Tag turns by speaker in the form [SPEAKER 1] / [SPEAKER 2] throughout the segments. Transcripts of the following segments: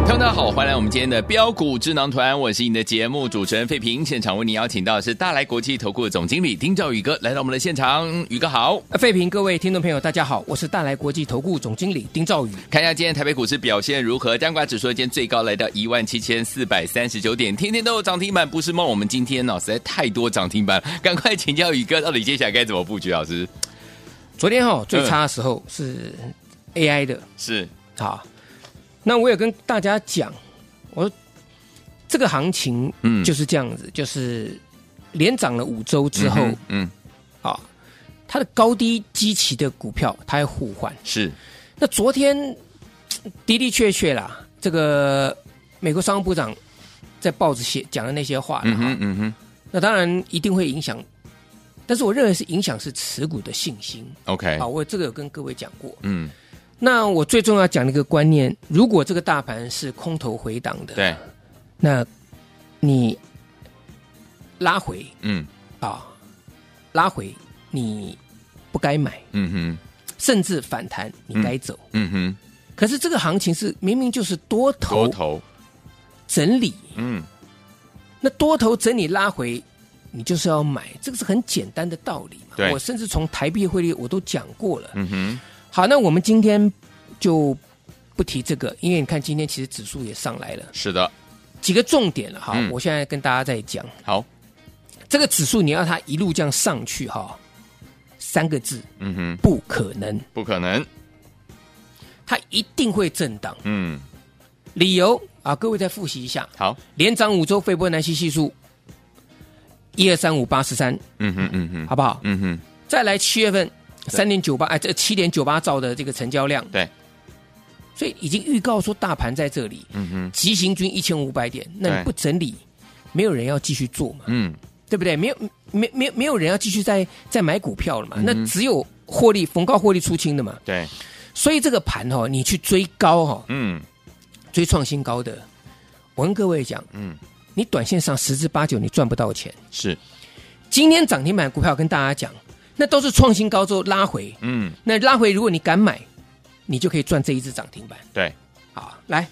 [SPEAKER 1] 听众大家好，欢迎来我们今天的标股智囊团，我是你的节目主持人费平。现场为你邀请到的是大来国际投顾的总经理丁兆宇哥来到我们的现场，宇哥好。
[SPEAKER 2] 呃费评各位听众朋友，大家好，我是大来国际投顾总经理丁兆宇。
[SPEAKER 1] 看一下今天台北股市表现如何？单股指数今天最高来到一万七千四百三十九点，天天都有涨停板不是梦。我们今天呢、实在太多涨停板，赶快请教宇哥，到底接下来该怎么布局？老师
[SPEAKER 2] 昨天
[SPEAKER 1] 嗯
[SPEAKER 2] 哈、哦、最差的时候是 AI 的，
[SPEAKER 1] 是
[SPEAKER 2] 好，那我也跟大家讲，我说这个行情
[SPEAKER 1] 嗯
[SPEAKER 2] 就是这样子，就是连涨了五周之后啊、
[SPEAKER 1] 嗯
[SPEAKER 2] 它的高低基期的股票它会互换。
[SPEAKER 1] 是
[SPEAKER 2] 那昨天嘖的的确确啦，这个美国商务部长在报纸写讲的那些话啦，
[SPEAKER 1] 嗯哼嗯哼
[SPEAKER 2] 那当然一定会影响，但是我认为是影响是持股的信心。
[SPEAKER 1] ，OK
[SPEAKER 2] 好，我这个有跟各位讲过。
[SPEAKER 1] 嗯
[SPEAKER 2] 那我最重要讲的一个观念，如果这个大盘是空头回档的，，
[SPEAKER 1] 对
[SPEAKER 2] 那你拉回
[SPEAKER 1] 嗯
[SPEAKER 2] 啊，拉回你不该买，
[SPEAKER 1] 嗯哼
[SPEAKER 2] 甚至反弹你该走。
[SPEAKER 1] 嗯哼
[SPEAKER 2] 可是这个行情是明明就是多
[SPEAKER 1] 多
[SPEAKER 2] 头
[SPEAKER 1] 头
[SPEAKER 2] 整理，
[SPEAKER 1] 嗯
[SPEAKER 2] 那多头整理拉回，你就是要买，这个是很简单的道理嘛。
[SPEAKER 1] 对
[SPEAKER 2] 我甚至从台币汇率我都讲过了。
[SPEAKER 1] 嗯哼
[SPEAKER 2] 好，那我们今天就不提这个，因为你看今天其实指数也上来了，
[SPEAKER 1] 是的
[SPEAKER 2] 几个重点了哈。
[SPEAKER 1] 嗯
[SPEAKER 2] 我现在跟大家在讲
[SPEAKER 1] 好
[SPEAKER 2] 这个指数，你要它一路这样上去哈，三个字
[SPEAKER 1] 嗯哼
[SPEAKER 2] 不可能，
[SPEAKER 1] 不可能
[SPEAKER 2] 它一定会震荡。
[SPEAKER 1] 嗯
[SPEAKER 2] 理由啊，各位再复习一下，
[SPEAKER 1] 好
[SPEAKER 2] 连涨五周，斐波南西系数一二三五八十三，
[SPEAKER 1] 嗯哼嗯哼
[SPEAKER 2] 好不好？
[SPEAKER 1] 嗯哼
[SPEAKER 2] 再来七月份三点九八，哎，这七点九八兆的这个成交量，
[SPEAKER 1] 对，
[SPEAKER 2] 所以已经预告说大盘在这里，
[SPEAKER 1] 嗯哼
[SPEAKER 2] 急行军一千五百点，那
[SPEAKER 1] 对
[SPEAKER 2] 你不整理，没有人要继续做嘛，
[SPEAKER 1] 嗯
[SPEAKER 2] 对不对？没有，没没有没有人要继续再再买股票了嘛，
[SPEAKER 1] 嗯哼
[SPEAKER 2] 那只有获利逢高获利出清的嘛，
[SPEAKER 1] 对
[SPEAKER 2] 所以这个盘哈、哦，你去追高哈、哦，
[SPEAKER 1] 嗯
[SPEAKER 2] 追创新高的，我跟各位讲，
[SPEAKER 1] 嗯
[SPEAKER 2] 你短线上十之八九你赚不到钱。
[SPEAKER 1] 是
[SPEAKER 2] 今天涨停板股票跟大家讲，那都是创新高之后拉回，
[SPEAKER 1] 嗯
[SPEAKER 2] 那拉回，如果你敢买，你就可以赚这一只涨停板。
[SPEAKER 1] 对
[SPEAKER 2] 好，来，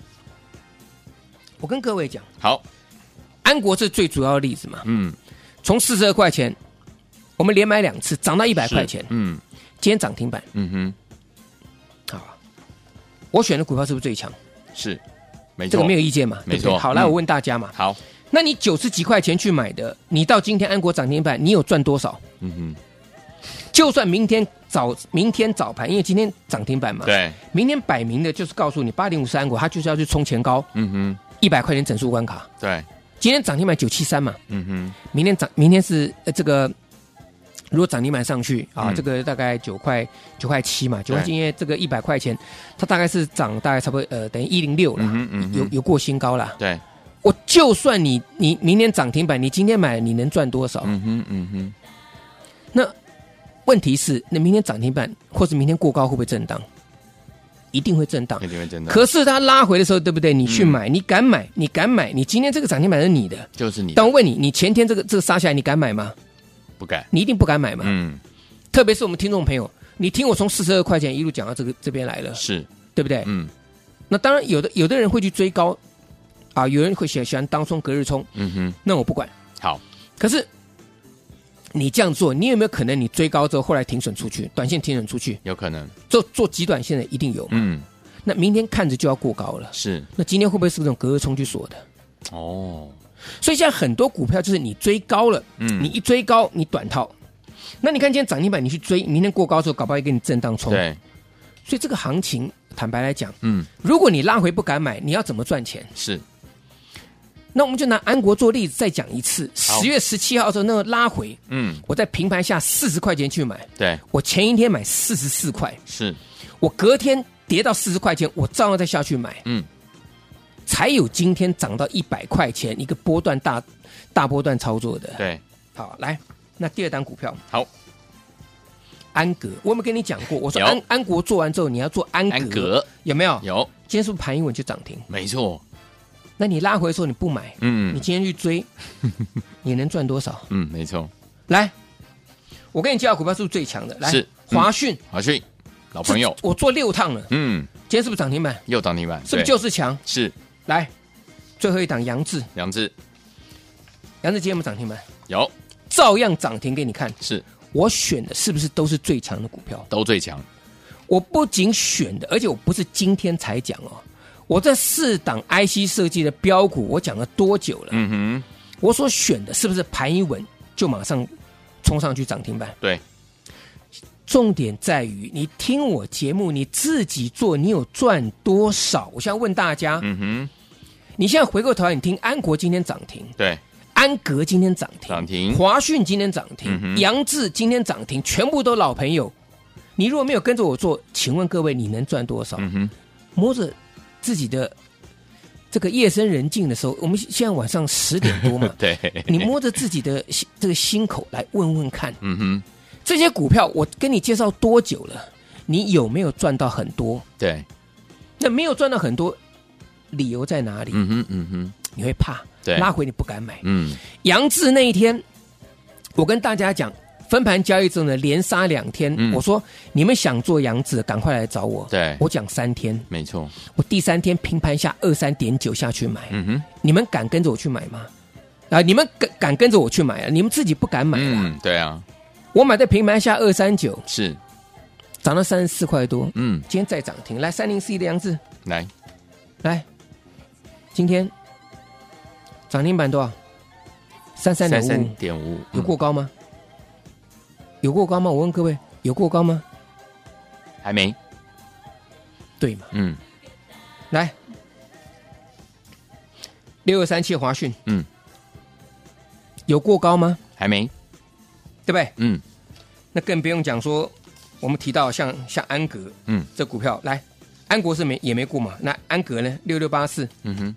[SPEAKER 2] 我跟各位讲，
[SPEAKER 1] 好
[SPEAKER 2] 安国是最主要的例子嘛。
[SPEAKER 1] 嗯
[SPEAKER 2] 从四十二块钱，我们连买两次，涨到一百
[SPEAKER 1] 是
[SPEAKER 2] 块钱，
[SPEAKER 1] 嗯
[SPEAKER 2] 今天涨停板。
[SPEAKER 1] 嗯哼
[SPEAKER 2] 好，我选的股票是不是最强？
[SPEAKER 1] 是没
[SPEAKER 2] 这
[SPEAKER 1] 错
[SPEAKER 2] 个没有意见嘛？
[SPEAKER 1] 没
[SPEAKER 2] 对不对
[SPEAKER 1] 错
[SPEAKER 2] 好，来，
[SPEAKER 1] 嗯
[SPEAKER 2] 我问大家嘛，
[SPEAKER 1] 好
[SPEAKER 2] 那你九十几块钱去买的，你到今天安国涨停板，你有赚多少？
[SPEAKER 1] 嗯
[SPEAKER 2] 就算明天早明天早盘，因为今天涨停板嘛
[SPEAKER 1] 哼，对
[SPEAKER 2] 明天摆明的就是告诉你，八零五十安国它就是要去冲前高
[SPEAKER 1] 嗯哼
[SPEAKER 2] 一百块钱整数关卡。
[SPEAKER 1] 对
[SPEAKER 2] 今天涨停板九七三嘛，
[SPEAKER 1] 嗯哼
[SPEAKER 2] 明天涨，明天是呃这个，如果涨停板上去啊，
[SPEAKER 1] 嗯
[SPEAKER 2] 这个大概九块九块七嘛，
[SPEAKER 1] 对
[SPEAKER 2] 九块七，因为这个一百块钱，它大概是涨大概差不多呃等于一零六
[SPEAKER 1] 嗯
[SPEAKER 2] 啦，
[SPEAKER 1] 哼嗯
[SPEAKER 2] 有
[SPEAKER 1] 哼
[SPEAKER 2] 有过新高啦。
[SPEAKER 1] 对
[SPEAKER 2] 我就算你你明天涨停板，你今天买你能赚多少？
[SPEAKER 1] 嗯哼嗯哼
[SPEAKER 2] 问题是那明天涨停板或是明天过高会不会震荡？一定会震荡。
[SPEAKER 1] 肯定会真的嗯
[SPEAKER 2] 可是它拉回的时候，对不对？你去买，你敢买，你敢买，你今天这个涨停板是你的。
[SPEAKER 1] 就是你
[SPEAKER 2] 但我问你，你前天这个这个杀下来，你敢买吗？
[SPEAKER 1] 不敢
[SPEAKER 2] 你一定不敢买嘛。
[SPEAKER 1] 嗯
[SPEAKER 2] 特别是我们听众朋友，你听我从四十二块钱一路讲到这个这边来了，
[SPEAKER 1] 是
[SPEAKER 2] 对不对？
[SPEAKER 1] 嗯
[SPEAKER 2] 那当然，有的有的人会去追高啊，有人会喜喜欢当冲隔日冲，
[SPEAKER 1] 嗯哼
[SPEAKER 2] 那我不管。
[SPEAKER 1] 好
[SPEAKER 2] 可是你这样做，你有没有可能你追高之后，后来停损出去，短线停损出去，
[SPEAKER 1] 有可能
[SPEAKER 2] 做做极短线的一定有。
[SPEAKER 1] 嗯
[SPEAKER 2] 那明天看着就要过高了，
[SPEAKER 1] 是
[SPEAKER 2] 那今天会不会是这种隔日冲去锁的？
[SPEAKER 1] 哦
[SPEAKER 2] 所以现在很多股票就是你追高了，
[SPEAKER 1] 嗯
[SPEAKER 2] 你一追高你短套。那你看今天涨停板，你去追，明天过高之后，搞不好也给你震荡冲。
[SPEAKER 1] 对
[SPEAKER 2] 所以这个行情，坦白来讲，
[SPEAKER 1] 嗯
[SPEAKER 2] 如果你拉回不敢买，你要怎么赚钱？
[SPEAKER 1] 是
[SPEAKER 2] 那我们就拿安国做例子再讲一次。
[SPEAKER 1] 好
[SPEAKER 2] 十月十七号的时候，那个拉回，
[SPEAKER 1] 嗯，
[SPEAKER 2] 我在平盘下四十块钱去买，
[SPEAKER 1] 对，
[SPEAKER 2] 我前一天买四十四块，
[SPEAKER 1] 是，
[SPEAKER 2] 我隔天跌到四十块钱，我照样再下去买，
[SPEAKER 1] 嗯，
[SPEAKER 2] 才有今天涨到一百块钱一个波段大大波段操作的。
[SPEAKER 1] 对，
[SPEAKER 2] 好，来，那第二档股票
[SPEAKER 1] 好，
[SPEAKER 2] 安格，我有没有跟你讲过？我说
[SPEAKER 1] 有
[SPEAKER 2] 安安国做完之后，你要做安格，
[SPEAKER 1] 安格
[SPEAKER 2] 有没有？
[SPEAKER 1] 有，
[SPEAKER 2] 今天是不是盘一稳就涨停？
[SPEAKER 1] 没错，
[SPEAKER 2] 那你拉回的时候你不买，你
[SPEAKER 1] 嗯
[SPEAKER 2] 今天 去追，你能赚多少？
[SPEAKER 1] 嗯，没错，
[SPEAKER 2] 来，我跟你介绍股票是不是最强的？来，
[SPEAKER 1] 是嗯
[SPEAKER 2] 华讯，
[SPEAKER 1] 华讯老朋友
[SPEAKER 2] 这，我做六趟了，
[SPEAKER 1] 嗯，
[SPEAKER 2] 今天是不是涨停板？
[SPEAKER 1] 又涨停板，
[SPEAKER 2] 是不是
[SPEAKER 1] 对
[SPEAKER 2] 就是强？
[SPEAKER 1] 是
[SPEAKER 2] 来，最后一档杨志，
[SPEAKER 1] 两只
[SPEAKER 2] 杨志今天有没有涨停板？
[SPEAKER 1] 有
[SPEAKER 2] 照样涨停给你看。
[SPEAKER 1] 是
[SPEAKER 2] 我选的是不是都是最强的股票？
[SPEAKER 1] 都最强，
[SPEAKER 2] 我不仅选的，而且我不是今天才讲哦，我这四档 IC 设计的标股，我讲了多久了？
[SPEAKER 1] 嗯哼，
[SPEAKER 2] 我所选的是不是盘一稳就马上冲上去涨停板？
[SPEAKER 1] 对，
[SPEAKER 2] 重点在于你听我节目，你自己做，你有赚多少？我现在问大家，
[SPEAKER 1] 嗯哼，
[SPEAKER 2] 你现在回过头来，你听安国今天涨停，
[SPEAKER 1] 对，
[SPEAKER 2] 安格今天涨停，
[SPEAKER 1] 涨停
[SPEAKER 2] 华讯今天涨停
[SPEAKER 1] 嗯，哼
[SPEAKER 2] 杨志今天涨停，全部都老朋友。你如果没有跟着我做，请问各位你能赚多少？
[SPEAKER 1] 嗯哼，，
[SPEAKER 2] 摸着自己的这个夜深人静的时候，我们现在晚上十点多嘛
[SPEAKER 1] 对，
[SPEAKER 2] 你摸着自己的心这个心口来问问看，
[SPEAKER 1] 嗯哼，
[SPEAKER 2] 这些股票我跟你介绍多久了？你有没有赚到很多？
[SPEAKER 1] 对，
[SPEAKER 2] 那没有赚到很多，理由在哪里？
[SPEAKER 1] 嗯哼，嗯哼，
[SPEAKER 2] 你会怕，
[SPEAKER 1] 对
[SPEAKER 2] 拉回你不敢买。
[SPEAKER 1] 嗯，
[SPEAKER 2] 杨志那一天，我跟大家讲，分盘交易之后呢，连杀两天，
[SPEAKER 1] 嗯
[SPEAKER 2] 我说你们想做杨志，赶快来找我。
[SPEAKER 1] 对
[SPEAKER 2] 我讲三天，
[SPEAKER 1] 没错，
[SPEAKER 2] 我第三天平盘下二三点九下去买，
[SPEAKER 1] 嗯哼，
[SPEAKER 2] 你们敢跟着我去买吗？啊，你们敢敢跟着我去买啊？你们自己不敢买啊？
[SPEAKER 1] 嗯，对啊，
[SPEAKER 2] 我买在平盘下二三九，
[SPEAKER 1] 是，
[SPEAKER 2] 涨到三十四块多，
[SPEAKER 1] 嗯，
[SPEAKER 2] 今天再涨停，来三零四一的杨志，
[SPEAKER 1] 来，
[SPEAKER 2] 来，今天涨停板多少？三三点五五。
[SPEAKER 1] 点五，
[SPEAKER 2] 有过高吗？有过高吗？我问各位，有过高吗？
[SPEAKER 1] 嗯还没，
[SPEAKER 2] 对嘛？
[SPEAKER 1] 嗯，
[SPEAKER 2] 来，六二三七华讯，
[SPEAKER 1] 嗯，
[SPEAKER 2] 有过高吗？
[SPEAKER 1] 还没，
[SPEAKER 2] 对不对？
[SPEAKER 1] 嗯，
[SPEAKER 2] 那更不用讲说，我们提到像像安格，
[SPEAKER 1] 嗯，
[SPEAKER 2] 这股票来，安国是没也没过嘛？那安格呢？六六八四
[SPEAKER 1] 嗯哼，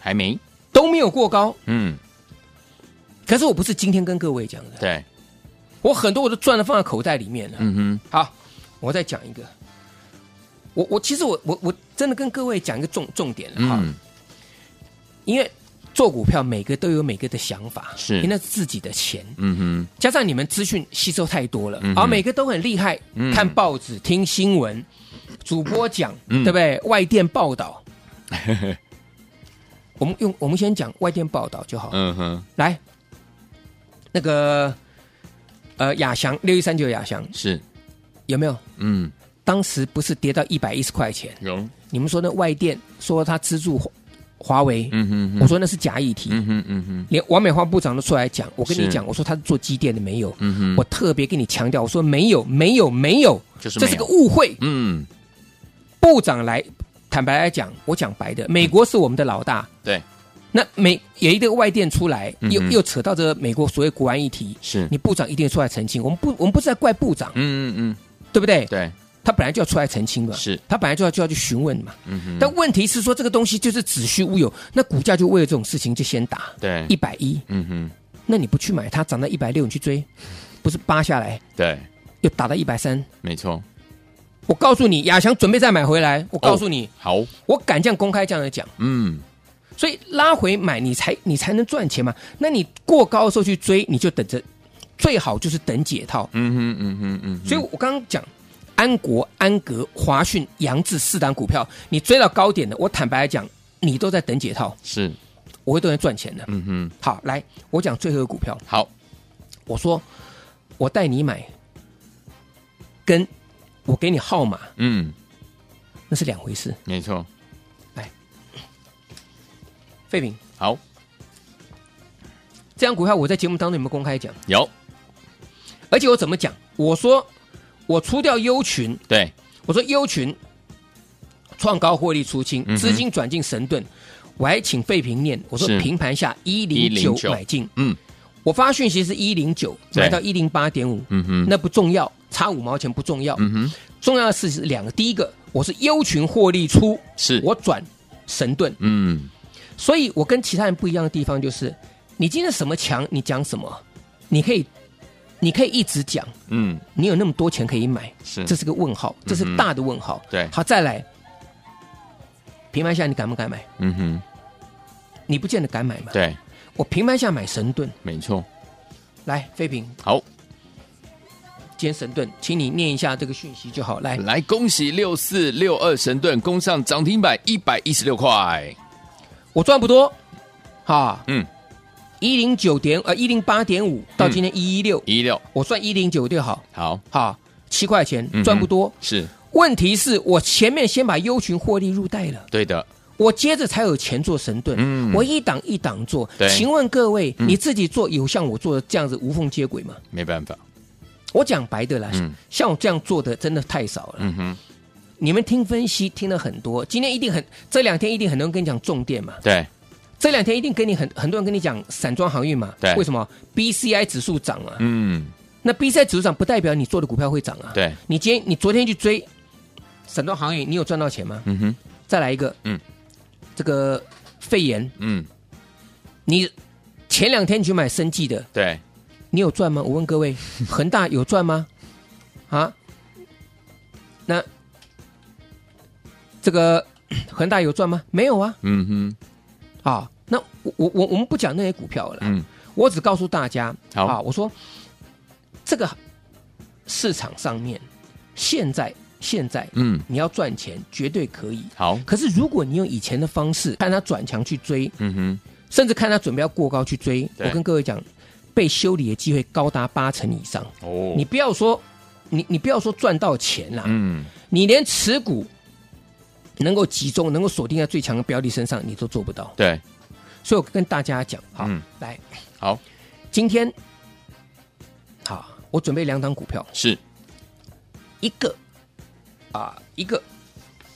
[SPEAKER 1] 还没，
[SPEAKER 2] 都没有过高。
[SPEAKER 1] 嗯，
[SPEAKER 2] 可是我不是今天跟各位讲的，
[SPEAKER 1] 对，
[SPEAKER 2] 我很多我都赚了放在口袋里面了。
[SPEAKER 1] 嗯哼，
[SPEAKER 2] 好，我再讲一个。我我其实我我我真的跟各位讲一个重重点了哈，
[SPEAKER 1] 嗯，
[SPEAKER 2] 因为做股票每个都有每个的想法，
[SPEAKER 1] 是
[SPEAKER 2] 因为那是自己的钱，
[SPEAKER 1] 嗯哼，
[SPEAKER 2] 加上你们资讯吸收太多了，
[SPEAKER 1] 嗯哼
[SPEAKER 2] 而每个都很厉害，
[SPEAKER 1] 嗯
[SPEAKER 2] 看报纸、听新闻、主播讲，
[SPEAKER 1] 嗯
[SPEAKER 2] 对不对？外电报道， 我们用我们先讲外电报道就好。
[SPEAKER 1] 嗯哼，
[SPEAKER 2] 来，那个呃亚翔六一三九亚翔
[SPEAKER 1] 是，
[SPEAKER 2] 有没有？
[SPEAKER 1] 嗯，
[SPEAKER 2] 当时不是跌到一百一十块钱？
[SPEAKER 1] 有，
[SPEAKER 2] 你们说那外电说他资助华华为，
[SPEAKER 1] 嗯哼哼，
[SPEAKER 2] 我，说那是假议题，
[SPEAKER 1] 嗯哼，嗯哼，
[SPEAKER 2] 连王美花部长都出来讲。我跟你
[SPEAKER 1] 是
[SPEAKER 2] 讲，我说他是做机电的没有，
[SPEAKER 1] 嗯哼，
[SPEAKER 2] 我特别跟你强调，我说没有，没有，没有，
[SPEAKER 1] 就是没
[SPEAKER 2] 这
[SPEAKER 1] 有
[SPEAKER 2] 是个误会。
[SPEAKER 1] 嗯，
[SPEAKER 2] 部长来，坦白来讲，我讲白
[SPEAKER 1] 嗯
[SPEAKER 2] 的，美国是我们的老大。
[SPEAKER 1] 对，
[SPEAKER 2] 那美有一个外电出来，
[SPEAKER 1] 嗯哼嗯
[SPEAKER 2] 又又扯到这个美国所谓国安议题，
[SPEAKER 1] 是，
[SPEAKER 2] 你部长一定出来澄清。我们不，我们不是在怪部长，
[SPEAKER 1] 嗯嗯
[SPEAKER 2] 对不对
[SPEAKER 1] 嗯，？对，
[SPEAKER 2] 他本来就要出来澄清嘛，
[SPEAKER 1] 是
[SPEAKER 2] 他本来就要就要去询问嘛。
[SPEAKER 1] 嗯哼，
[SPEAKER 2] 但问题是说这个东西就是子虚乌有，那股价就为了这种事情就先打
[SPEAKER 1] 对，
[SPEAKER 2] 一，百一，
[SPEAKER 1] 嗯哼，
[SPEAKER 2] 那你不去买它涨到一百六，你去追，不是扒下来
[SPEAKER 1] 对，
[SPEAKER 2] 又打到一百三？
[SPEAKER 1] 没错，
[SPEAKER 2] 我告诉你，亚翔准备再买回来，我告诉你，
[SPEAKER 1] 好，
[SPEAKER 2] 我敢这样公开这样的讲，
[SPEAKER 1] 嗯，
[SPEAKER 2] 所以拉回买你才你才能赚钱嘛。那你过高的时候去追，你就等着，最好就是等解套。
[SPEAKER 1] 嗯哼，嗯哼，嗯哼，
[SPEAKER 2] 所以我刚刚讲。安国、安格、华讯、杨志四档股票，你追到高点的，我坦白来讲，你都在等解套，
[SPEAKER 1] 是，
[SPEAKER 2] 我会都在赚钱的。
[SPEAKER 1] 嗯哼，
[SPEAKER 2] 好，来，我讲最后一个股票，
[SPEAKER 1] 好，
[SPEAKER 2] 我说我带你买，跟我给你号码
[SPEAKER 1] 嗯，
[SPEAKER 2] 那是两回事。
[SPEAKER 1] 没错，
[SPEAKER 2] 废品
[SPEAKER 1] 好，
[SPEAKER 2] 这张股票我在节目当中有没有公开讲？
[SPEAKER 1] 有，
[SPEAKER 2] 而且我怎么讲？我说我除掉优群，
[SPEAKER 1] 对，
[SPEAKER 2] 我说优群创高获利出清
[SPEAKER 1] 嗯，哼
[SPEAKER 2] 资金转进神盾。我还请费平念，我说
[SPEAKER 1] 是
[SPEAKER 2] 平盘下一零九
[SPEAKER 1] 109
[SPEAKER 2] 买进，
[SPEAKER 1] 嗯
[SPEAKER 2] 我发讯息是一零九
[SPEAKER 1] 对
[SPEAKER 2] 买到一零八点五，
[SPEAKER 1] 嗯哼
[SPEAKER 2] 那不重要，差五毛钱不重要，
[SPEAKER 1] 嗯哼，
[SPEAKER 2] 重要的事是两个，第一个我是优群获利出，
[SPEAKER 1] 是
[SPEAKER 2] 我转神盾，
[SPEAKER 1] 嗯
[SPEAKER 2] 所以我跟其他人不一样的地方就是，你今天什么强，你讲什么，你可以，你可以一直讲，
[SPEAKER 1] 嗯
[SPEAKER 2] 你有那么多钱可以买，
[SPEAKER 1] 是
[SPEAKER 2] 这是个问号，这
[SPEAKER 1] 嗯
[SPEAKER 2] 是
[SPEAKER 1] 哼
[SPEAKER 2] 大的问号。
[SPEAKER 1] 对
[SPEAKER 2] 好，再来，平盘下你敢不敢买？
[SPEAKER 1] 嗯哼，
[SPEAKER 2] 你不见得敢买嘛。，
[SPEAKER 1] 对，
[SPEAKER 2] 我平盘下买神盾，
[SPEAKER 1] 没错，
[SPEAKER 2] 来，飞平，
[SPEAKER 1] 好，
[SPEAKER 2] 今天神盾，请你念一下这个讯息就好。来，
[SPEAKER 1] 来恭喜六四六二神盾攻上涨停板一百一十六块，
[SPEAKER 2] 我赚不多，哈，
[SPEAKER 1] 嗯，
[SPEAKER 2] 一零九点呃一零八点五到今天一一六，
[SPEAKER 1] 一六
[SPEAKER 2] 我算一零九就好，
[SPEAKER 1] 好
[SPEAKER 2] 哈，七块钱
[SPEAKER 1] 嗯哼
[SPEAKER 2] 赚不多。
[SPEAKER 1] 是
[SPEAKER 2] 问题是我前面先把优群获利入袋了，
[SPEAKER 1] 对的，
[SPEAKER 2] 我接着才有钱做神盾。
[SPEAKER 1] 嗯
[SPEAKER 2] 我一档一档做
[SPEAKER 1] 对。
[SPEAKER 2] 请问各位，
[SPEAKER 1] 嗯
[SPEAKER 2] 你自己做有像我做的这样子无缝接轨吗？
[SPEAKER 1] 没办法，
[SPEAKER 2] 我讲白的啦，
[SPEAKER 1] 嗯
[SPEAKER 2] 像我这样做的真的太少了。
[SPEAKER 1] 嗯哼，
[SPEAKER 2] 你们听分析听了很多，今天一定很，这两天一定很多人跟你讲重点嘛，
[SPEAKER 1] 对，
[SPEAKER 2] 这两天一定跟你很很多人跟你讲散装航运嘛。
[SPEAKER 1] 对
[SPEAKER 2] 为什么 B C I 指数涨啊？
[SPEAKER 1] 嗯
[SPEAKER 2] 那 B C I 指数涨不代表你做的股票会涨啊。
[SPEAKER 1] 对，
[SPEAKER 2] 你今天你昨天去追散装航运，你有赚到钱吗？
[SPEAKER 1] 嗯哼，
[SPEAKER 2] 再来一个，
[SPEAKER 1] 嗯，
[SPEAKER 2] 这个肺炎，
[SPEAKER 1] 嗯
[SPEAKER 2] 你前两天你去买生技的，
[SPEAKER 1] 对，
[SPEAKER 2] 你有赚吗？我问各位，恒大有赚吗？啊？那这个恒大有赚吗？没有啊！
[SPEAKER 1] 嗯哼，
[SPEAKER 2] 啊，那我我我我们不讲那些股票了啦，
[SPEAKER 1] 嗯
[SPEAKER 2] 我只告诉大家，
[SPEAKER 1] 好
[SPEAKER 2] 啊，我说这个市场上面现在现在
[SPEAKER 1] 嗯
[SPEAKER 2] 你要赚钱绝对可以，
[SPEAKER 1] 好，
[SPEAKER 2] 可是如果你用以前的方式看它转强去追，
[SPEAKER 1] 嗯哼，
[SPEAKER 2] 甚至看它准备要过高去追，
[SPEAKER 1] 对
[SPEAKER 2] 我跟各位讲，被修理的机会高达八成以上。
[SPEAKER 1] 哦
[SPEAKER 2] 你不要说，你你不要说赚到钱啦，
[SPEAKER 1] 嗯
[SPEAKER 2] 你连持股能够集中、能够锁定在最强的标的身上，你都做不到。
[SPEAKER 1] 对，
[SPEAKER 2] 所以我跟大家讲，好，
[SPEAKER 1] 嗯
[SPEAKER 2] 来，
[SPEAKER 1] 好
[SPEAKER 2] 今天好，我准备两档股票，
[SPEAKER 1] 是
[SPEAKER 2] 一个啊、一个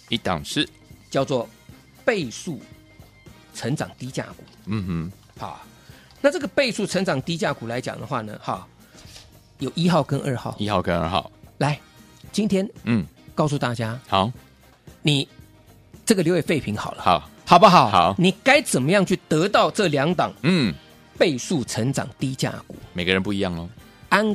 [SPEAKER 1] 一档是，
[SPEAKER 2] 叫做倍数成长低价股，
[SPEAKER 1] 嗯哼，
[SPEAKER 2] 好，那这个倍数成长低价股来讲的话呢，哈，有一号跟二号，
[SPEAKER 1] 一号跟二号，
[SPEAKER 2] 来，今天
[SPEAKER 1] 嗯
[SPEAKER 2] 告诉大家，
[SPEAKER 1] 好
[SPEAKER 2] 你这个留给废品好了，
[SPEAKER 1] 好，
[SPEAKER 2] 好不好？
[SPEAKER 1] 好
[SPEAKER 2] 你该怎么样去得到这两档
[SPEAKER 1] 嗯，
[SPEAKER 2] 倍数成长低价股？
[SPEAKER 1] 每个人不一样哦，
[SPEAKER 2] 安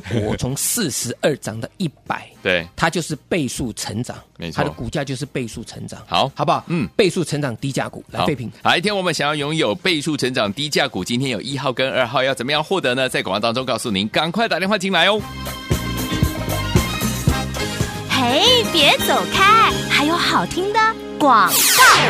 [SPEAKER 2] 国从四十二涨到一百，
[SPEAKER 1] 对，
[SPEAKER 2] 它就是倍数成长，
[SPEAKER 1] 没错
[SPEAKER 2] 它的股价就是倍数成长，
[SPEAKER 1] 好
[SPEAKER 2] 好不好？
[SPEAKER 1] 嗯
[SPEAKER 2] 倍数成长低价股来
[SPEAKER 1] 好
[SPEAKER 2] 废品，
[SPEAKER 1] 好，一天我们想要拥有倍数成长低价股，今天有一号跟二号要怎么样获得呢？在广告当中告诉您，赶快打电话进来哦。
[SPEAKER 3] 嘿，别走开，还有好听的广。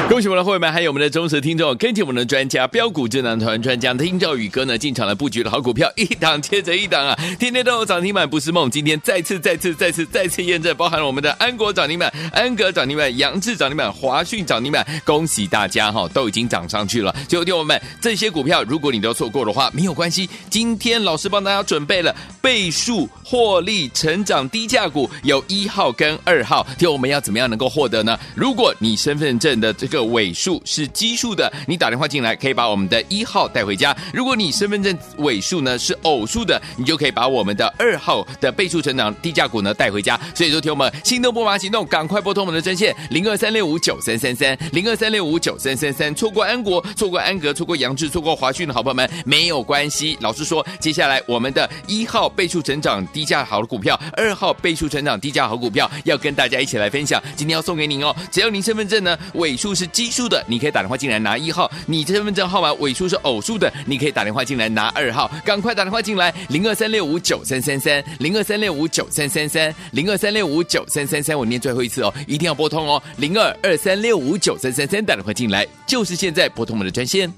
[SPEAKER 1] 恭喜我们的会员们，还有我们的忠实听众，跟紧我们的专家标股智囊团专家听赵宇哥呢进场来布局的好股票，一档接着一档啊，天天都有涨停板不是梦。今天再次、再次、再次、再次验证，包含了我们的安国涨停板、安格涨停板、杨志涨停板、华讯涨停板，恭喜大家哈、都已经涨上去了。所以，听我们这些股票，如果你都错过的话，没有关系，今天老师帮大家准备了倍数获利成长低价股，有一号跟二号，听我们要怎么样能够获得呢？如果你身份证的这个尾数是奇数的，你打电话进来可以把我们的一号带回家；如果你身份证尾数呢是偶数的，你就可以把我们的二号的倍数成长低价股呢带回家。所以说，听我们心动不马行动，赶快拨通我们的专线零二三六五九三三三零二三六五九三三三。错过安国，错过安格，错过杨志，错过华讯的好朋友们没有关系。老师说，接下来我们的一号倍数成长低价好的股票，二号倍数成长低价好股票要跟大家一起来分享，今天要送给您哦。只要您身份证呢尾数是奇数的，你可以打电话进来拿一号；你身份证号码尾数是偶数的，你可以打电话进来拿二号。赶快打电话进来，零二三六五九三三三，零二三六五九三三三，零二三六五九三三三，我念最后一次哦，一定要拨通哦，零二二三六五九三三三，打电话进来就是现在拨通我们的专线。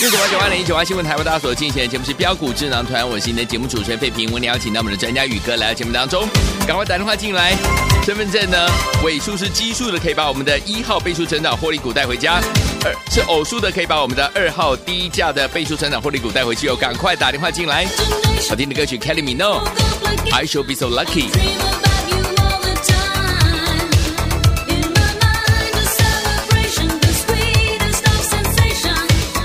[SPEAKER 1] 六九八九八零一九八新闻台为大家所进行的节目是标股智囊团，我是你的节目主持人费平，我们邀请到我们的专家宇哥来到节目当中，赶快打电话进来。身份证呢，尾数是奇数的，可以把我们的一号倍数成长获利股带回家；二是偶数的，可以把我们的二号低价的倍数成长获利股带回去哦。赶快打电话进来。好听的歌曲 Kelly Minogue，I shall be so lucky。
[SPEAKER 4] In my mind, a celebration, the sweetest of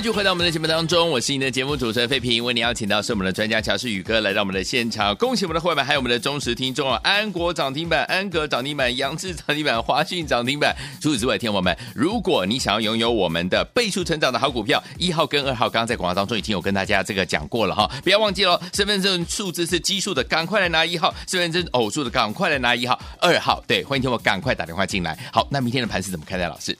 [SPEAKER 1] 继续回到我们的节目当中，我是您的节目主持人费平，为您邀请到是我们的专家乔世宇哥来到我们的现场，恭喜我们的会员，还有我们的忠实听众啊，安国涨停板、安格涨停板、杨志涨停板、华讯涨停板。除此之外，听众朋友们，如果你想要拥有我们的倍数成长的好股票，一号跟二号，刚刚在广告当中已经有跟大家这个讲过了哈，不要忘记喽，身份证数字是奇数的，赶快来拿一号；身份证偶数的，赶快来拿一号、二号。对，欢迎听我赶快打电话进来。好，那明天的盘是怎么看待？老师，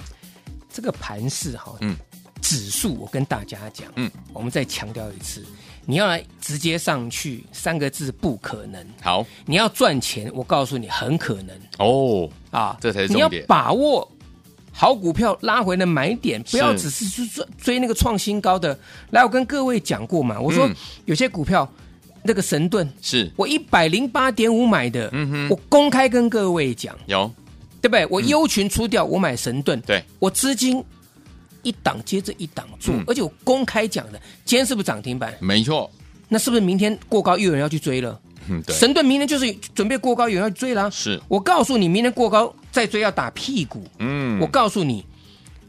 [SPEAKER 2] 这个盘势哈，
[SPEAKER 1] 嗯
[SPEAKER 2] 嗯，指数我跟大家讲，
[SPEAKER 1] 嗯
[SPEAKER 2] 嗯，我们再强调一次，你要来直接上去三个字不可能，
[SPEAKER 1] 好
[SPEAKER 2] 你要赚钱，我告诉你很可能
[SPEAKER 1] 哦，
[SPEAKER 2] 啊，
[SPEAKER 1] 这才是重
[SPEAKER 2] 你要
[SPEAKER 1] 点
[SPEAKER 2] 把握好股票拉回的买点，不要
[SPEAKER 1] 是
[SPEAKER 2] 只是去追追那个创新高的。来，我跟各位讲过嘛，我说
[SPEAKER 1] 嗯
[SPEAKER 2] 有些股票那个神盾，
[SPEAKER 1] 是
[SPEAKER 2] 我一百零八点五买的，
[SPEAKER 1] 嗯
[SPEAKER 2] 我公开跟各位讲，
[SPEAKER 1] 有
[SPEAKER 2] 对不对？我优群出掉，我买神盾，
[SPEAKER 1] 嗯对，
[SPEAKER 2] 我资金一档接着一档做，
[SPEAKER 1] 嗯
[SPEAKER 2] 而且我公开讲的，今天是不是涨停板？
[SPEAKER 1] 没错，
[SPEAKER 2] 那是不是明天过高又有人要去追了？
[SPEAKER 1] 嗯，对，
[SPEAKER 2] 神盾明天就是准备过高，有人要追了啊。
[SPEAKER 1] 是
[SPEAKER 2] 我告诉你，明天过高再追要打屁股。
[SPEAKER 1] 嗯
[SPEAKER 2] 我告诉你，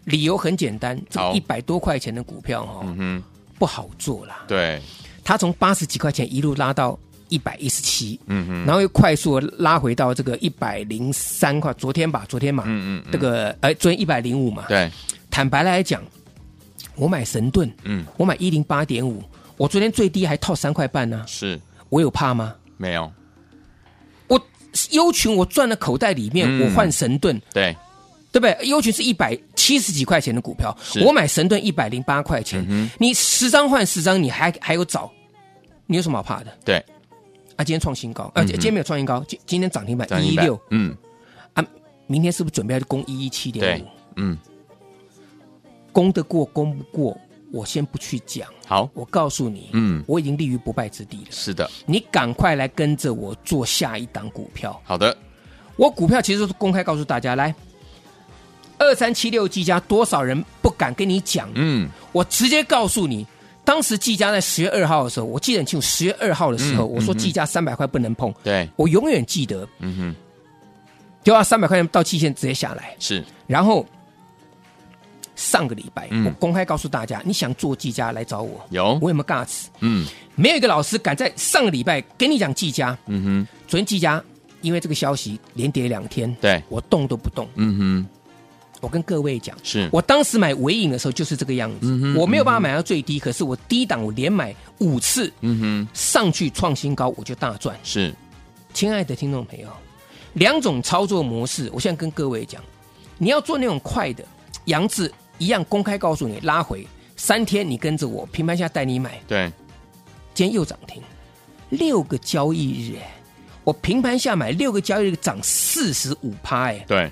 [SPEAKER 2] 理由很简单，这
[SPEAKER 1] 好
[SPEAKER 2] 一百多块钱的股票哈、哦，
[SPEAKER 1] 嗯，
[SPEAKER 2] 不好做啦。
[SPEAKER 1] 对，
[SPEAKER 2] 它从八十几块钱一路拉到一百一十七，
[SPEAKER 1] 嗯哼，
[SPEAKER 2] 然后又快速地拉回到这个一百零三块，昨天吧，昨天嘛，
[SPEAKER 1] 嗯嗯嗯
[SPEAKER 2] 这个呃，昨天一百零五嘛。
[SPEAKER 1] 对，
[SPEAKER 2] 坦白来讲，我买神盾，
[SPEAKER 1] 嗯，
[SPEAKER 2] 我买一零八点五，我昨天最低还套三块半呢、
[SPEAKER 1] 是
[SPEAKER 2] 我有怕吗？
[SPEAKER 1] 没有，
[SPEAKER 2] 我优群我赚了口袋里面，
[SPEAKER 1] 嗯
[SPEAKER 2] 我换神盾，
[SPEAKER 1] 对，
[SPEAKER 2] 对不对？优群是一百七十几块钱的股票
[SPEAKER 1] 是，嗯
[SPEAKER 2] 我买神盾一百零八块钱，你十张换十张，你还还有找，你有什么好怕的？
[SPEAKER 1] 对，
[SPEAKER 2] 啊，今天创新高，而、啊、且今天没有创新高，今今天涨停板
[SPEAKER 1] 嗯涨
[SPEAKER 2] 一
[SPEAKER 1] 停
[SPEAKER 2] 一
[SPEAKER 1] 板
[SPEAKER 2] 六，，
[SPEAKER 1] 嗯，
[SPEAKER 2] 明天是不是准备要去攻一一七点
[SPEAKER 1] 对
[SPEAKER 2] 五？，
[SPEAKER 1] 嗯，
[SPEAKER 2] 攻得过攻不过，我先不去讲，
[SPEAKER 1] 好，
[SPEAKER 2] 我告诉你，
[SPEAKER 1] 嗯
[SPEAKER 2] 我已经立于不败之地了。
[SPEAKER 1] 是的，
[SPEAKER 2] 你赶快来跟着我做下一档股票。
[SPEAKER 1] 好的，
[SPEAKER 2] 我股票其实是公开告诉大家，来，二三七六技嘉，多少人不敢跟你讲？
[SPEAKER 1] 嗯，
[SPEAKER 2] 我直接告诉你，当时技嘉在十月二号的时候，我记得很清楚，十月二号的时候，
[SPEAKER 1] 嗯
[SPEAKER 2] 我说技嘉三百块不能碰，
[SPEAKER 1] 对，
[SPEAKER 2] 我永远记得，
[SPEAKER 1] 嗯哼，
[SPEAKER 2] 就要三百块钱到期限直接下来，
[SPEAKER 1] 是，
[SPEAKER 2] 然后。上个礼拜，
[SPEAKER 1] 嗯
[SPEAKER 2] 我公开告诉大家，你想做技嘉来找我，
[SPEAKER 1] 有
[SPEAKER 2] 我有没有 guts？
[SPEAKER 1] 嗯
[SPEAKER 2] 没有一个老师敢在上个礼拜跟你讲技嘉，
[SPEAKER 1] 嗯哼，
[SPEAKER 2] 昨天技嘉因为这个消息连跌两天，
[SPEAKER 1] 对，
[SPEAKER 2] 我动都不动。
[SPEAKER 1] 嗯哼，
[SPEAKER 2] 我跟各位讲，
[SPEAKER 1] 是，
[SPEAKER 2] 我当时买尾影的时候就是这个样子，
[SPEAKER 1] 嗯哼
[SPEAKER 2] 我没有办法买到最低，可是我低档我连买五次
[SPEAKER 1] 嗯哼，
[SPEAKER 2] 上去创新高，我就大赚。
[SPEAKER 1] 是，
[SPEAKER 2] 亲爱的听众朋友，两种操作模式，我现在跟各位讲，你要做那种快的，杨志一样公开告诉你拉回三天，你跟着我平盘下带你买，
[SPEAKER 1] 对，
[SPEAKER 2] 今天又涨停，六个交易日哎、我平盘下买六个交易日涨四十五趴哎，
[SPEAKER 1] 对，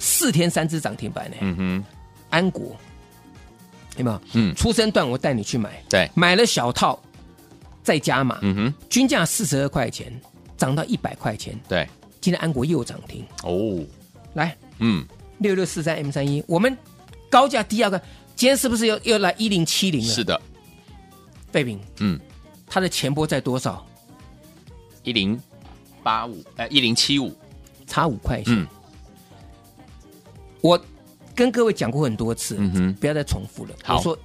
[SPEAKER 2] 四天三只涨停板哎、
[SPEAKER 1] 嗯哼，
[SPEAKER 2] 安国有没有？
[SPEAKER 1] 嗯
[SPEAKER 2] 出生段我带你去买，
[SPEAKER 1] 对，
[SPEAKER 2] 买了小套再加码，
[SPEAKER 1] 嗯哼，
[SPEAKER 2] 均价四十二块钱，涨到一百块钱，
[SPEAKER 1] 对，
[SPEAKER 2] 今天安国又涨停，
[SPEAKER 1] 哦，
[SPEAKER 2] 来
[SPEAKER 1] 嗯，
[SPEAKER 2] 六六四三 M 三一，我们高价低价看，今天是不是又又来一零七零了？
[SPEAKER 1] 是，的，
[SPEAKER 2] 贝饼，
[SPEAKER 1] 嗯，
[SPEAKER 2] 它的前波在多少？
[SPEAKER 1] 一零八五，呃，一零七五，
[SPEAKER 2] 差五块钱。
[SPEAKER 1] 嗯
[SPEAKER 2] 我跟各位讲过很多次，
[SPEAKER 1] 嗯哼
[SPEAKER 2] 不要再重复了。
[SPEAKER 1] 好
[SPEAKER 2] 我说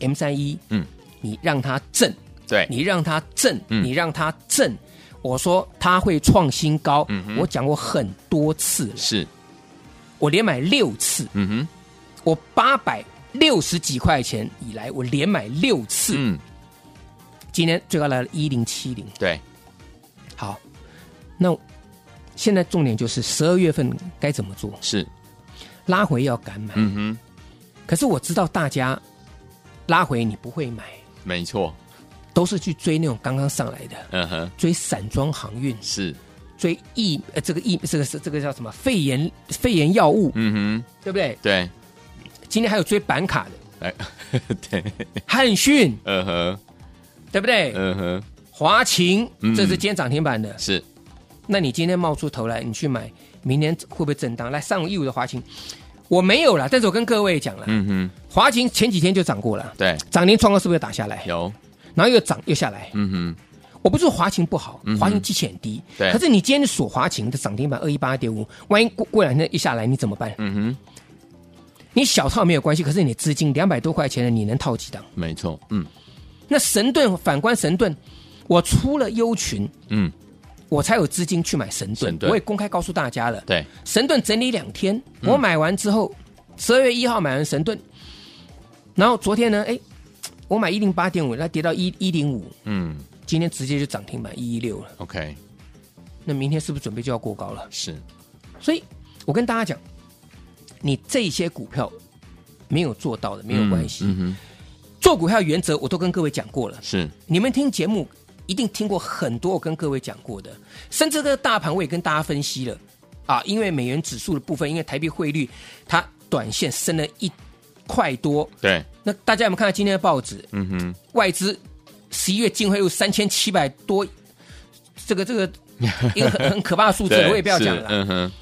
[SPEAKER 2] M 三一，
[SPEAKER 1] 嗯，
[SPEAKER 2] 你让它震，
[SPEAKER 1] 对，
[SPEAKER 2] 你让它震，
[SPEAKER 1] 嗯
[SPEAKER 2] 你让它震。我说它会创新高，
[SPEAKER 1] 嗯哼
[SPEAKER 2] 我讲过很多次了，
[SPEAKER 1] 是，
[SPEAKER 2] 我连买六次，
[SPEAKER 1] 嗯哼，
[SPEAKER 2] 我八百六十几块钱以来，我连买六次，
[SPEAKER 1] 嗯，
[SPEAKER 2] 今天最高来了一零七零。
[SPEAKER 1] 对，
[SPEAKER 2] 好，那现在重点就是十二月份该怎么做，
[SPEAKER 1] 是，
[SPEAKER 2] 拉回要敢买。
[SPEAKER 1] 嗯哼，
[SPEAKER 2] 可是我知道大家拉回你不会买，
[SPEAKER 1] 没错，
[SPEAKER 2] 都是去追那种刚刚上来的，
[SPEAKER 1] 嗯哼，
[SPEAKER 2] 追散装航运，
[SPEAKER 1] 是，
[SPEAKER 2] 追疫呃这个疫这个是这个叫什么肺炎肺炎药物，
[SPEAKER 1] 嗯哼，
[SPEAKER 2] 对不对？
[SPEAKER 1] 对，
[SPEAKER 2] 今天还有追板卡的
[SPEAKER 1] 来， 对，
[SPEAKER 2] 汉讯，
[SPEAKER 1] 嗯哼，
[SPEAKER 2] 对不对？
[SPEAKER 1] 嗯哼，
[SPEAKER 2] 华勤
[SPEAKER 1] 嗯
[SPEAKER 2] 这是今天涨停板的，
[SPEAKER 1] 是，
[SPEAKER 2] 那你今天冒出头来你去买，明年会不会震荡？来上午一五的华勤，我没有啦，但是我跟各位讲了，
[SPEAKER 1] 嗯
[SPEAKER 2] 华勤前几天就涨过了
[SPEAKER 1] 哼，，对，
[SPEAKER 2] 涨停创高是不是又打下来？
[SPEAKER 1] 有，
[SPEAKER 2] 然后又涨又下来，
[SPEAKER 1] 嗯哼，
[SPEAKER 2] 我不是说华勤不好
[SPEAKER 1] 嗯，哼
[SPEAKER 2] 华勤基期很低，
[SPEAKER 1] 对
[SPEAKER 2] 可是你今天
[SPEAKER 1] 嗯
[SPEAKER 2] 锁华勤的涨停板二一八点五，万一过过两天一下来，你怎么办？
[SPEAKER 1] 嗯哼，
[SPEAKER 2] 你小套没有关系，可是你资金两百多块钱的，你能套几档？
[SPEAKER 1] 没错，嗯
[SPEAKER 2] 那神盾反观神盾，我出了优群，
[SPEAKER 1] 嗯，
[SPEAKER 2] 我才有资金去买神盾。
[SPEAKER 1] 神盾嗯
[SPEAKER 2] 我也公开告诉大家了，
[SPEAKER 1] 对，
[SPEAKER 2] 神盾整理两天，我买完之后，十二月一号买完神盾，然后昨天呢，哎，我买一零八点五，它跌到一一零五，
[SPEAKER 1] 嗯
[SPEAKER 2] 今天直接就涨停板一一六了。
[SPEAKER 1] ，OK，
[SPEAKER 2] 那明天是不是准备就要过高了？
[SPEAKER 1] 是，
[SPEAKER 2] 所以我跟大家讲，你这些股票没有做到的没有关系，
[SPEAKER 1] 嗯嗯哼，
[SPEAKER 2] 做股票原则我都跟各位讲过了。
[SPEAKER 1] 是，
[SPEAKER 2] 你们听节目一定听过很多我跟各位讲过的，甚至这个大盘我也跟大家分析了啊，因为美元指数的部分，因为台币汇率它短线升了一块多，
[SPEAKER 1] 对，
[SPEAKER 2] 那大家有没有看到今天的报纸？
[SPEAKER 1] 嗯哼，
[SPEAKER 2] 外资十一月净汇入三千七百多，这个 这个一个很很可怕的数字，
[SPEAKER 1] 对
[SPEAKER 2] 我也不要讲
[SPEAKER 1] 是
[SPEAKER 2] 了。
[SPEAKER 1] 嗯哼，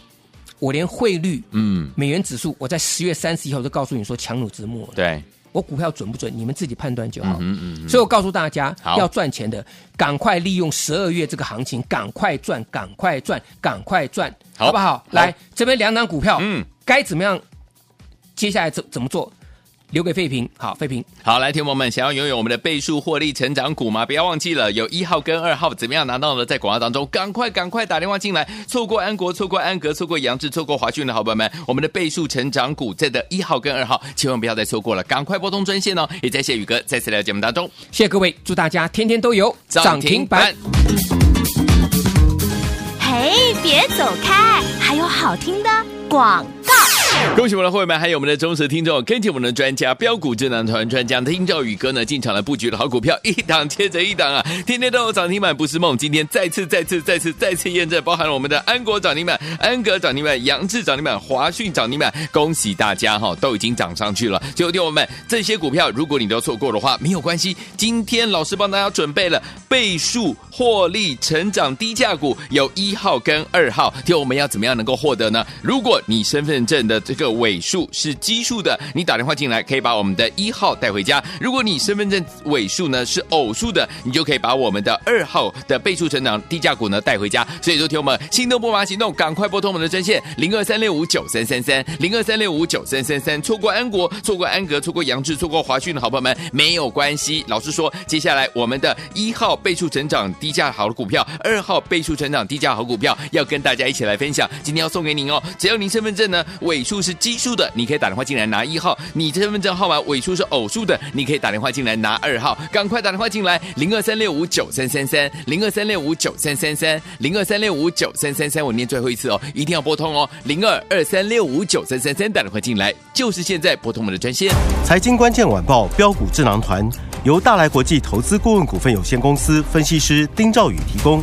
[SPEAKER 2] 我连汇率、
[SPEAKER 1] 嗯，
[SPEAKER 2] 美元指数，我在十月三十一号都告诉你说强弩之末了。
[SPEAKER 1] 对，
[SPEAKER 2] 我股票准不准，你们自己判断就好。
[SPEAKER 1] 嗯嗯
[SPEAKER 2] 所以我告诉大家，
[SPEAKER 1] 好
[SPEAKER 2] 要赚钱的，赶快利用十二月这个行情，赶快赚，赶快赚，赶快赚，
[SPEAKER 1] 好
[SPEAKER 2] 好不好？
[SPEAKER 1] 好
[SPEAKER 2] 来，这边两档股票，
[SPEAKER 1] 嗯
[SPEAKER 2] 嗯，该怎么样？接下来怎怎么做？留给费平，好，费平，
[SPEAKER 1] 好，来，天友们，想要拥有我们的倍数获利成长股吗？不要忘记了，有一号跟二号怎么样拿到呢？在广告当中，赶快赶快打电话进来，错过安国、错过安格、错过杨志、错过华讯的好朋友们，我们的倍数成长股这的一号跟二号，千万不要再错过了，赶快拨通专线哦！也在谢宇哥再次来到节目当中，
[SPEAKER 2] 谢谢各位，祝大家天天都有
[SPEAKER 3] 嘿，别走开，还有好听的广告。
[SPEAKER 1] 恭喜我们的会员们，还有我们的忠实听众，跟紧我们的专家标股智囊团专家听赵宇哥呢，进场来布局的好股票，一档接着一档啊，天天都有涨停板不是梦。今天再次、再次、再次、再次验证，包含了我们的安国涨停板、安格涨停板、杨志涨停板、华讯涨停板，恭喜大家哈、都已经涨上去了。所以，听我们这些股票，如果你都错过的话，没有关系，今天老师帮大家准备了倍数获利成长低价股，有一号跟二号，听我们要怎么样能够获得呢？如果你身份证的这个尾数是奇数的，你打电话进来可以把我们的一号带回家；如果你身份证尾数呢是偶数的，你就可以把我们的二号的倍数成长低价股呢带回家。所以说，听我们心动不马行动，赶快拨通我们的专线零二三六五九三三三零二三六五九三三三。错过安国，错过安格，错过杨志，错过华讯的好朋友们没有关系。老师说，接下来我们的一号倍数成长低价好的股票，二号倍数成长低价好股票要跟大家一起来分享。今天要送给您哦，只要您身份证呢尾数是奇数的，你可以打电话进来拿一号；你身份证号码尾数是偶数的，你可以打电话进来拿二号。赶快打电话进来，零二三六五九三三三，零二三六五九三三三，零二三六五九三三三，我念最后一次哦，一定要拨通哦，零二二三六五九三三三，打电话进来就是现在拨通我们的专线。
[SPEAKER 5] 财经关键晚报标股智囊团由大来国际投资顾问股份有限公司分析师丁兆宇提供。